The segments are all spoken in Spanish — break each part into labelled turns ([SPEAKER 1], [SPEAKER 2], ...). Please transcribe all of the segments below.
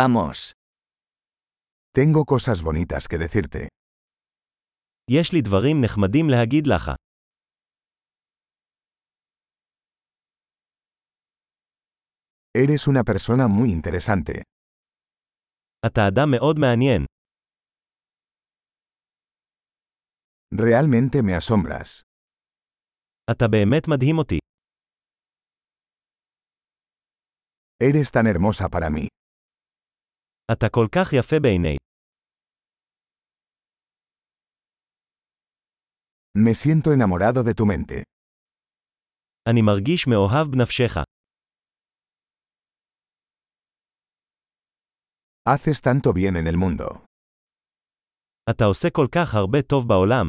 [SPEAKER 1] Vamos.
[SPEAKER 2] Tengo cosas bonitas que decirte.
[SPEAKER 3] יש לי דברים נחמדים להגיד לך.
[SPEAKER 2] Eres una persona muy interesante.
[SPEAKER 3] אתה אדם מאוד מעניין.
[SPEAKER 2] Realmente me asombras.
[SPEAKER 3] אתה באמת מדהים אותי.
[SPEAKER 2] Eres tan hermosa para mí.
[SPEAKER 3] אתה כל כך יפה בעיני.
[SPEAKER 2] Me siento enamorado de tu mente.
[SPEAKER 3] אני מרגיש מאוהב בנפשך.
[SPEAKER 2] Haces tanto bien en el mundo.
[SPEAKER 3] אתה עושה כל כך הרבה טוב בעולם.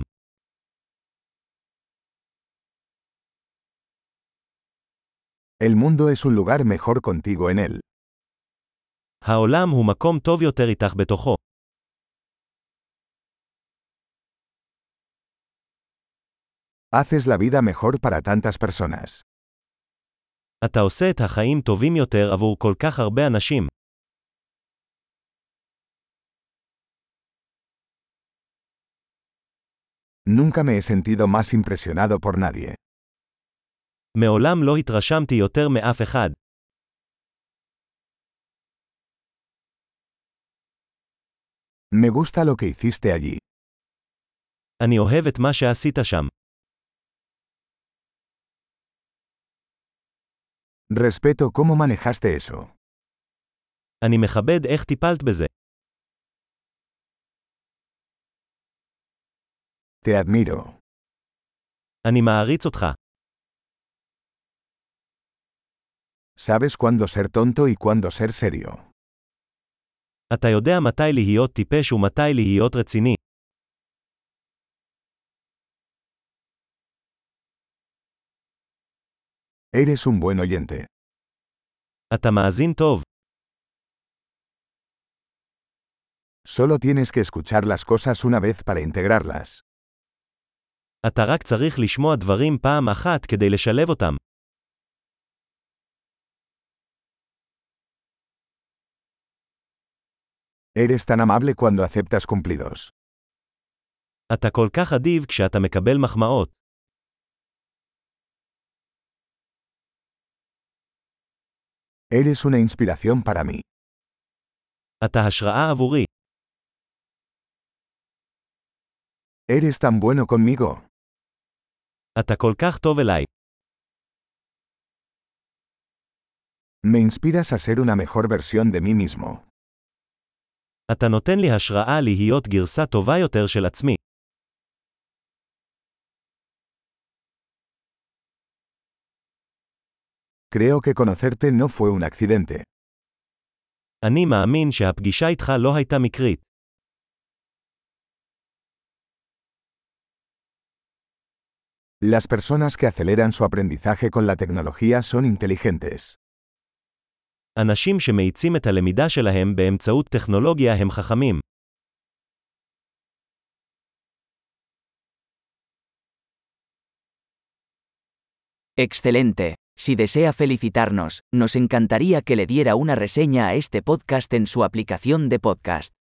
[SPEAKER 2] El mundo es un lugar mejor contigo en él.
[SPEAKER 3] העולם הוא מקום טוב יותר איתך בתוכו.
[SPEAKER 2] Haces la vida mejor para tantas personas.
[SPEAKER 3] אתה עושה את החיים טובים יותר עבור כל כך הרבה אנשים.
[SPEAKER 2] Nunca me he sentido más impresionado por nadie.
[SPEAKER 3] מעולם לא התרשמתי יותר מאף אחד.
[SPEAKER 2] Me gusta lo que hiciste allí.
[SPEAKER 3] אני אוהב את מה שעשית שם.
[SPEAKER 2] Respeto cómo manejaste eso.
[SPEAKER 3] אני מכבד איך טיפלת בזה.
[SPEAKER 2] Te admiro.
[SPEAKER 3] אני מעריץ אותך.
[SPEAKER 2] Sabes cuándo ser tonto y cuándo ser serio.
[SPEAKER 3] אתה יודע מתי להיות טיפש ומתי להיות רציני.
[SPEAKER 2] Eres un buen oyente.
[SPEAKER 3] אתה מאזין טוב.
[SPEAKER 2] Solo tienes que escuchar las cosas una vez para integrarlas.
[SPEAKER 3] אתה רק צריך לשמוע דברים פעם אחת כדי לשלב אותם.
[SPEAKER 2] Eres tan amable cuando aceptas cumplidos.
[SPEAKER 3] אתה כל כך אדיב כשאתה מקבל מחמאות.
[SPEAKER 2] Eres una inspiración para mí.
[SPEAKER 3] אתה השראה עבורי.
[SPEAKER 2] Eres tan bueno conmigo.
[SPEAKER 3] אתה כל כך טוב אליי.
[SPEAKER 2] Me inspiras a ser una mejor versión de mí mismo.
[SPEAKER 3] אתה נותן לי השראה להיות גרסה טובה יותר של עצמי.
[SPEAKER 2] Creo que conocerte no fue un accidente.
[SPEAKER 3] אני מאמין שהפגישה איתך לא הייתה מקרית.
[SPEAKER 2] Las personas que aceleran su aprendizaje con la tecnología son inteligentes.
[SPEAKER 3] אנשים שמאיצים את הלמידה שלהם באמצעות טכנולוגיה הם חכמים.
[SPEAKER 1] Excelente. Si desea felicitarnos, nos encantaría que le diera una reseña a este podcast en su aplicación de podcast.